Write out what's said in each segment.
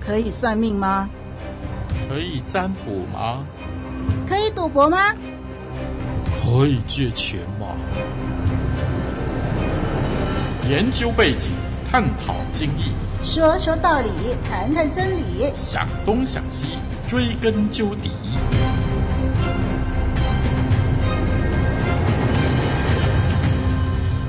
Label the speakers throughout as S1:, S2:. S1: 可以算命吗？
S2: 可以占卜吗？
S1: 可以赌博吗？
S2: 可以借钱吗？研究背景，探讨经义，
S1: 说说道理，谈谈真理。
S2: 想东想西，追根究底。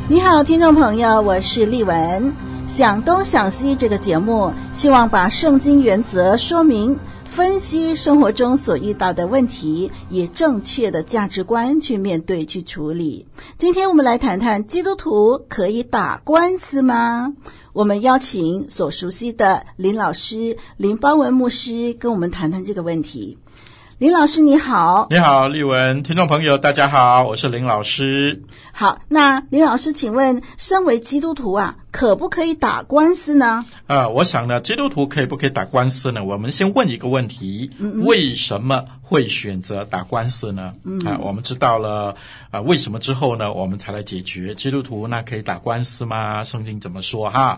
S1: 你好，听众朋友，我是丽文。想东想西这个节目，希望把圣经原则说明、分析生活中所遇到的问题，以正确的价值观去面对、去处理。今天我们来谈谈基督徒可以打官司吗？我们邀请所熟悉的林老师、林包文牧师跟我们谈谈这个问题。林老师，你好。
S2: 你好，丽文，听众朋友，大家好，我是林老师。
S1: 好，那林老师，请问，身为基督徒啊，可不可以打官司呢？
S2: 呃，我想呢，基督徒可以不可以打官司呢？我们先问一个问题：为什么会选择打官司呢？啊、我们知道了啊、为什么之后呢，我们才来解决基督徒那可以打官司吗？圣经怎么说哈？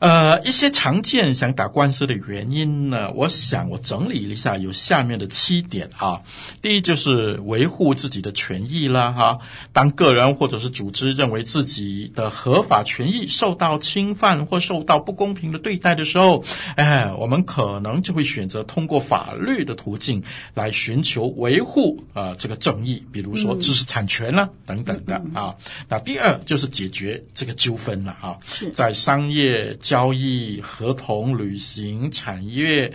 S2: 呃，一些常见想打官司的原因呢，我想我整理了一下，有下面的七点啊哈。第一就是维护自己的权益啦哈，当个人或者是组织认为自己的合法权益受到侵犯或受到不公平的对待的时候，哎，我们可能就会选择通过法律的途径来寻求维护啊、呃这个正义，比如说知识产权啦、等等的啊。那第二就是解决这个纠纷了哈、在商业交易、合同、履行、产业。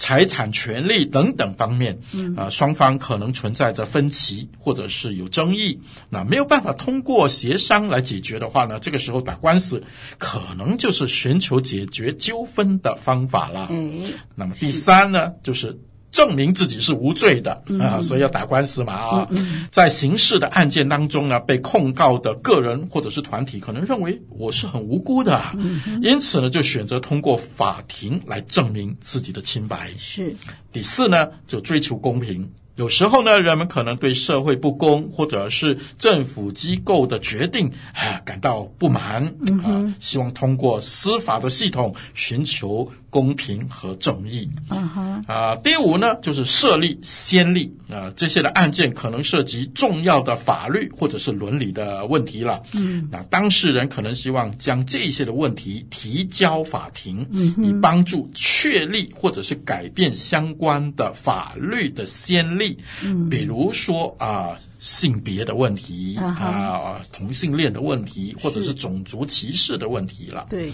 S2: 财产权利等等方面，啊、双方可能存在着分歧或者是有争议，那没有办法通过协商来解决的话呢，这个时候打官司可能就是寻求解决纠纷的方法了。
S1: 哎，
S2: 那么第三呢，就是。证明自己是无罪的啊，所以要打官司嘛啊，在刑事的案件当中呢，被控告的个人或者是团体可能认为我是很无辜的，啊因此呢，就选择通过法庭来证明自己的清白。
S1: 是，
S2: 第四呢，就追求公平。有时候呢，人们可能对社会不公或者是政府机构的决定啊感到不满啊、希望通过司法的系统寻求公平和正义。
S1: 嗯哼，
S2: 啊、第五呢，就是设立先例啊、这些的案件可能涉及重要的法律或者是伦理的问题了。嗯，那当事人可能希望将这些的问题提交法庭，嗯、以帮助确立或者是改变相关的法律的先例，嗯、比如说啊。性别的问题
S1: 啊哈
S2: 啊，同性恋的问题，或者是种族歧视的问题了。
S1: 对，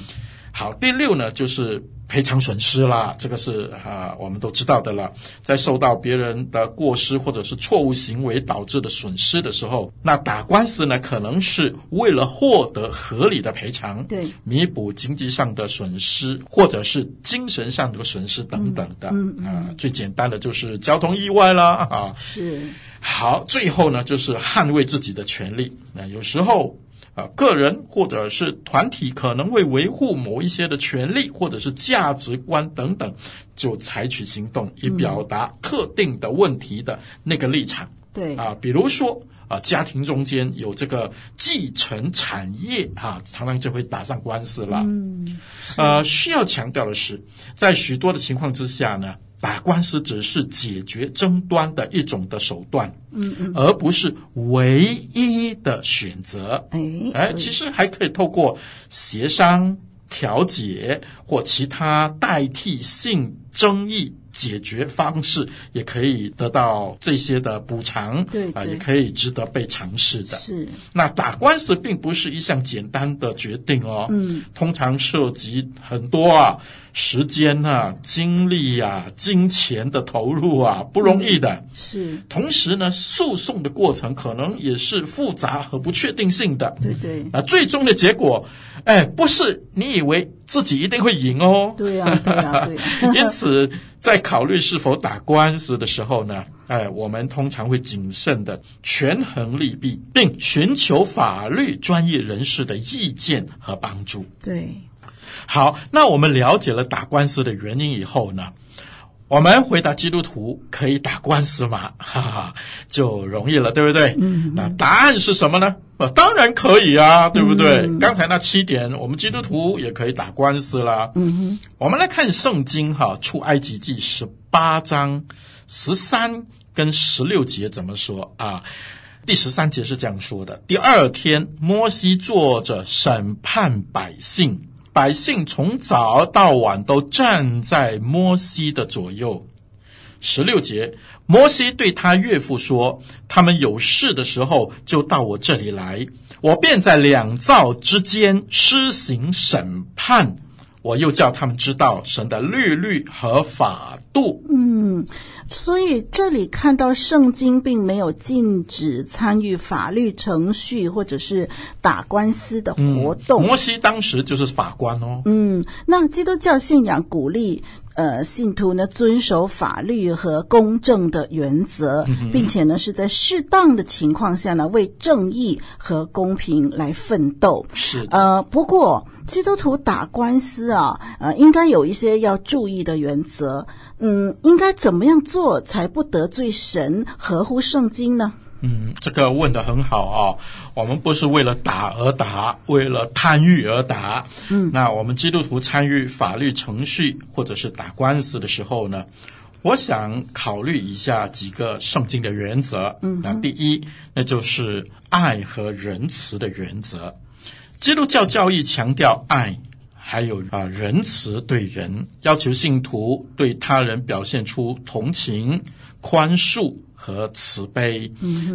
S2: 好，第六呢就是赔偿损失啦，这个是啊、我们都知道的了。在受到别人的过失或者是错误行为导致的损失的时候，那打官司呢可能是为了获得合理的赔偿，
S1: 对，
S2: 弥补经济上的损失或者是精神上的损失等等的。嗯啊、最简单的就是交通意外啦啊，
S1: 是，
S2: 好，最后呢，就是捍卫自己的权利。那、有时候，啊，个人或者是团体可能会维护某一些的权利或者是价值观等等，就采取行动以表达特定的问题的那个立场。
S1: 对，
S2: 啊，比如说啊，家庭中间有这个继承产业啊，常常就会打上官司了。
S1: 嗯，
S2: 呃，需要强调的是，在许多的情况之下呢，打官司只是解决争端的一种的手段，嗯嗯，而不是唯一的选择。
S1: 哎，
S2: 哎，其实还可以透过协商、调解或其他代替性争议解决方式，也可以得到这些的补偿，
S1: 对
S2: 啊、
S1: 对
S2: 也可以值得被尝试的。
S1: 是，
S2: 那打官司并不是一项简单的决定哦，嗯，通常涉及很多啊时间啊、精力啊、金钱的投入啊，不容易的。
S1: 是，
S2: 同时呢，诉讼的过程可能也是复杂和不确定性的。
S1: 对对，
S2: 啊，最终的结果，哎，不是你以为自己一定会赢哦。
S1: 对呀、对呀、对啊呀、
S2: 因此，在考虑是否打官司的时候呢，哎，我们通常会谨慎的权衡利弊，并寻求法律专业人士的意见和帮助。
S1: 对，
S2: 好，那我们了解了打官司的原因以后呢，我们回答基督徒可以打官司吗？ 哈哈，就容易了，对不对？嗯。那答案是什么呢？呃，当然可以啊，对不对？刚才那七点，我们基督徒也可以打官司啦。嗯哼。我们来看圣经哈，《出埃及记》十八章十三跟十六节怎么说啊？第十三节是这样说的：第二天，摩西坐着审判百姓，百姓从早到晚都站在摩西的左右。十六节，摩西对他岳父说：“他们有事的时候，就到我这里来，我便在两造之间施行审判。”我又叫他们知道神的律律和法度。
S1: 嗯，所以这里看到圣经并没有禁止参与法律程序或者是打官司的活动。
S2: 摩西当时就是法官哦。
S1: 嗯，那基督教信仰鼓励呃信徒呢遵守法律和公正的原则，并且呢是在适当的情况下呢为正义和公平来奋斗。
S2: 是的，
S1: 呃，不过基督徒打官司啊，呃，应该有一些要注意的原则。嗯，应该怎么样做才不得罪神，合乎圣经呢？
S2: 嗯，这个问得很好啊、我们不是为了打而打，为了贪欲而打。嗯，那我们基督徒参与法律程序或者是打官司的时候呢，我想考虑一下几个圣经的原则。嗯，那第一，那就是爱和仁慈的原则。基督教教义强调爱，还有啊、仁慈对人，要求信徒对他人表现出同情、宽恕和慈悲。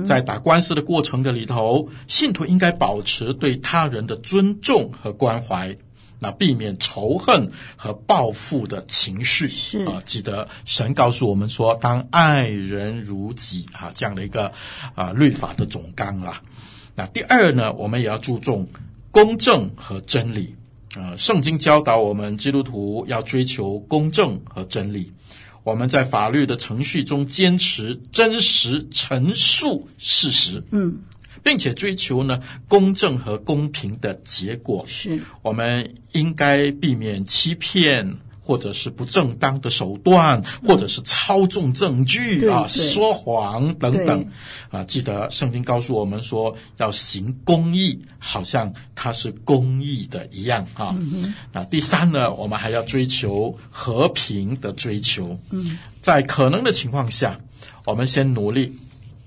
S2: 在打官司的过程的里头，信徒应该保持对他人的尊重和关怀。那避免仇恨和报复的情绪
S1: 是
S2: 啊、记得神告诉我们说，当爱人如己啊，这样的一个啊律法的总纲啦。那第二呢，我们也要注重公正和真理。呃，圣经教导我们基督徒要追求公正和真理。我们在法律的程序中坚持真实陈述事实，
S1: 嗯，
S2: 并且追求呢公正和公平的结果。
S1: 是
S2: 我们应该避免欺骗。或者是不正当的手段，或者是操纵证据
S1: 对
S2: 啊，
S1: 对
S2: 说谎等
S1: 对
S2: 等，啊，记得圣经告诉我们说要行公义，好像它是公义的一样啊。那第三呢，我们还要追求和平的追求。嗯，在可能的情况下，我们先努力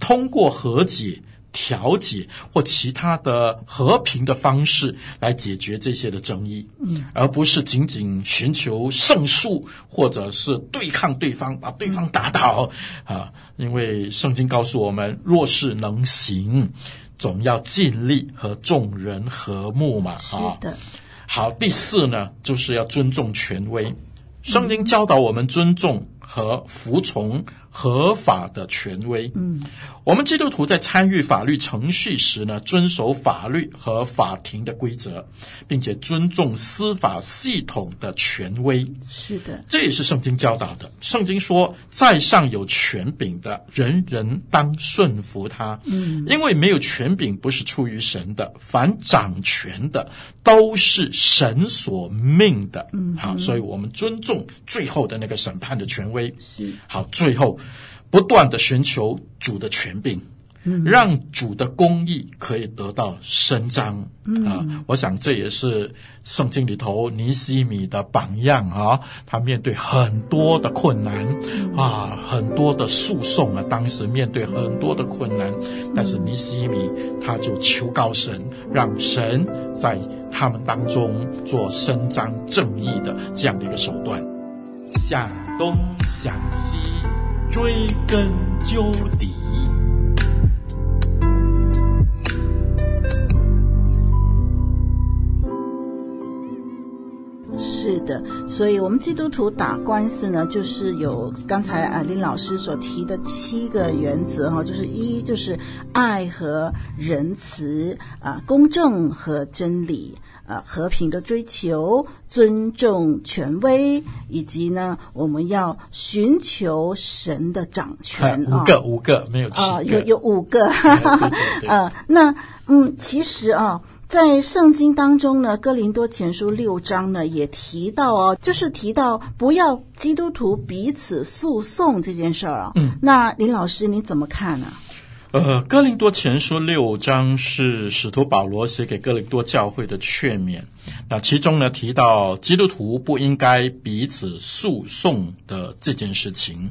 S2: 通过和解、调解或其他的和平的方式来解决这些的争议，嗯，而不是仅仅寻求胜诉或者是对抗对方，把对方打倒啊。因为圣经告诉我们，若是能行，总要尽力和众人和睦嘛，
S1: 是
S2: 啊。
S1: 的，
S2: 好，第四呢，就是要尊重权威。圣经教导我们尊重和服从合法的权威。嗯，我们基督徒在参与法律程序时呢，遵守法律和法庭的规则，并且尊重司法系统的权威。
S1: 是的，
S2: 这也是圣经教导的。圣经说，在上有权柄的，人人当顺服他。嗯，因为没有权柄不是出于神的，凡掌权的都是神所命的。嗯，好，所以我们尊重最后的那个审判的权威。
S1: 是
S2: 好，最后不断的寻求主的权柄。让主的公义可以得到伸张啊、我想这也是圣经里头尼西米的榜样啊。他面对很多的困难啊，很多的诉讼啊，当时面对很多的困难，但是尼西米他就求告神，让神在他们当中做伸张正义的这样的一个手段。向东向西，追根究底。
S1: 是的，所以我们基督徒打官司呢，就是有刚才啊林老师所提的七个原则哈、就是一就是爱和仁慈啊，公正和真理。啊，和平的追求，尊重权威，以及呢，我们要寻求神的掌权啊。
S2: 五个，五个，没有七
S1: 啊、
S2: 个。
S1: 有有五个，
S2: 对对对
S1: 呃，那嗯，其实啊，在圣经当中呢，《哥林多前书》六章呢也提到哦，就是提到不要基督徒彼此诉讼这件事儿啊、嗯，那林老师你怎么看呢、
S2: 呃，《哥林多前书》六章是使徒保罗写给哥林多教会的劝勉。那其中呢提到基督徒不应该彼此诉讼的这件事情，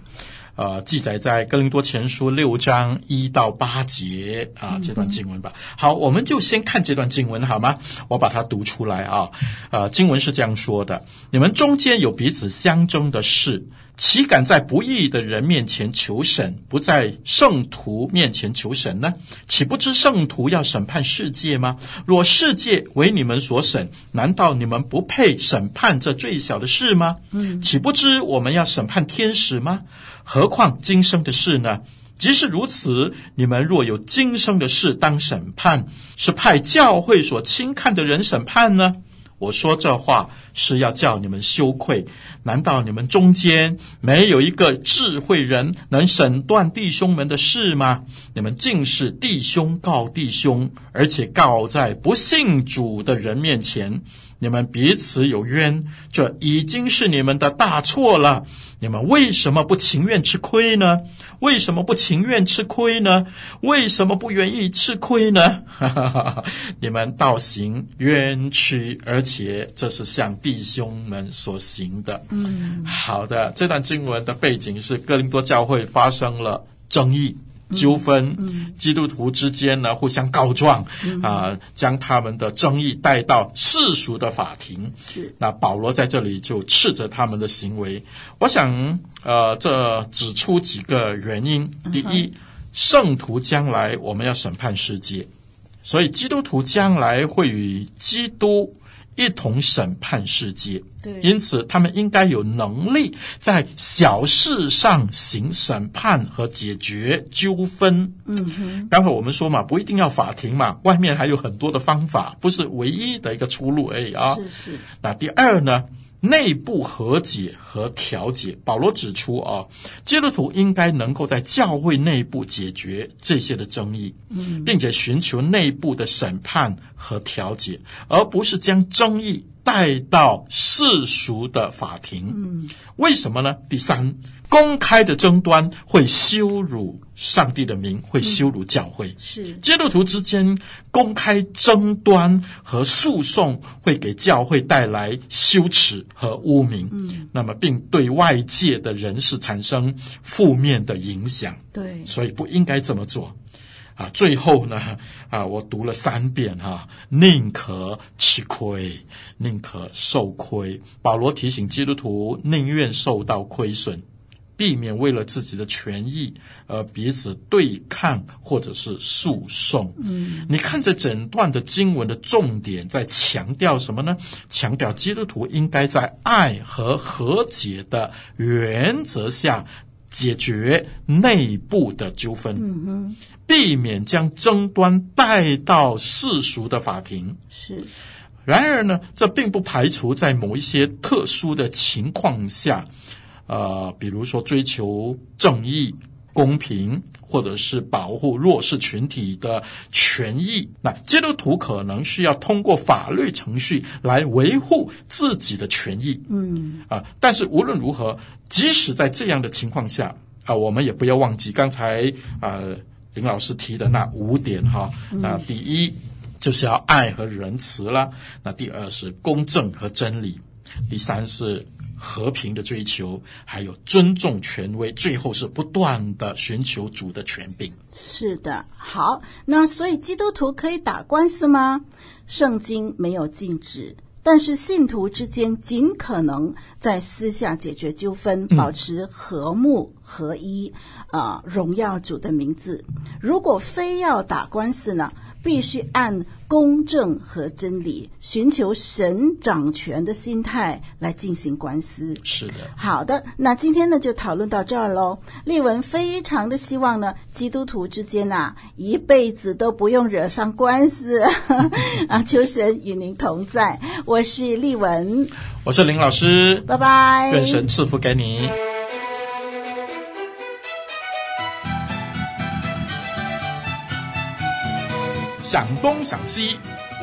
S2: 呃，记载在《哥林多前书》六章一到八节啊、这段经文吧。好，我们就先看这段经文好吗？我把它读出来啊。呃，经文是这样说的：你们中间有彼此相争的事。岂敢在不义的人面前求审，不在圣徒面前求审呢？岂不知圣徒要审判世界吗？若世界为你们所审，难道你们不配审判这最小的事吗？嗯，岂不知我们要审判天使吗？何况今生的事呢？即使如此，你们若有今生的事当审判，是派教会所轻看的人审判呢？我说这话是要叫你们羞愧。难道你们中间没有一个智慧人能审断弟兄们的事吗？你们竟是弟兄告弟兄，而且告在不信主的人面前。你们彼此有冤，这已经是你们的大错了。你们为什么不情愿吃亏呢？为什么不情愿吃亏呢？为什么不愿意吃亏呢？哈哈哈！你们倒行冤屈，而且这是向弟兄们所行的。嗯，好的，这段经文的背景是哥林多教会发生了争议。纠纷，基督徒之间呢互相告状，啊、将他们的争议带到世俗的法庭。
S1: 是，
S2: 那保罗在这里就斥责他们的行为。我想，呃，这指出几个原因。第
S1: 嗯
S2: 一，圣徒将来我们要审判世界，所以基督徒将来会与基督一同审判世界。
S1: 对
S2: 因此他们应该有能力在小事上行审判和解决纠纷。
S1: 嗯哼，
S2: 待会我们说嘛，不一定要法庭嘛，外面还有很多的方法，不是唯一的一个出路而已啊。
S1: 是是，
S2: 那第二呢，内部和解和调解。保罗指出啊，基督徒应该能够在教会内部解决这些的争议，并且寻求内部的审判和调解，而不是将争议带到世俗的法庭。为什么呢？第三，公开的争端会羞辱上帝的名，会羞辱教会。
S1: 是
S2: 基督徒之间公开争端和诉讼会给教会带来羞耻和污名，嗯，那么并对外界的人士产生负面的影响，
S1: 对，
S2: 所以不应该这么做。啊，最后呢，啊，我读了三遍哈、宁可吃亏，宁可受亏。保罗提醒基督徒，宁愿受到亏损，避免为了自己的权益而彼此对抗或者是诉讼。嗯，你看这整段的经文的重点在强调什么呢？强调基督徒应该在爱和和解的原则下解决内部的纠纷。嗯哼。避免将争端带到世俗的法庭，
S1: 是
S2: 然而呢，这并不排除在某一些特殊的情况下，呃，比如说追求正义、公平，或者是保护弱势群体的权益，那基督徒可能需要通过法律程序来维护自己的权益。嗯啊、但是无论如何，即使在这样的情况下啊、我们也不要忘记刚才呃林老师提的那五点哈。那第一。就是要爱和仁慈啦。那第二是公正和真理，第三是和平的追求，还有尊重权威，最后是不断的寻求主的权柄。
S1: 是的，好，那所以基督徒可以打官司吗？圣经没有禁止，但是信徒之间尽可能在私下解决纠纷，保持和睦合一，啊、荣耀主的名字。如果非要打官司呢，必须按公正和真理，寻求神掌权的心态来进行官司。
S2: 是的，
S1: 好的，那今天呢就讨论到这儿喽。丽文非常的希望呢，基督徒之间呐、一辈子都不用惹上官司 啊！求神与您同在，我是丽文，
S2: 我是林老师，
S1: 拜拜。
S2: 愿神赐福给你。想东想西，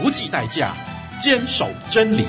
S2: 不计代价坚守真理。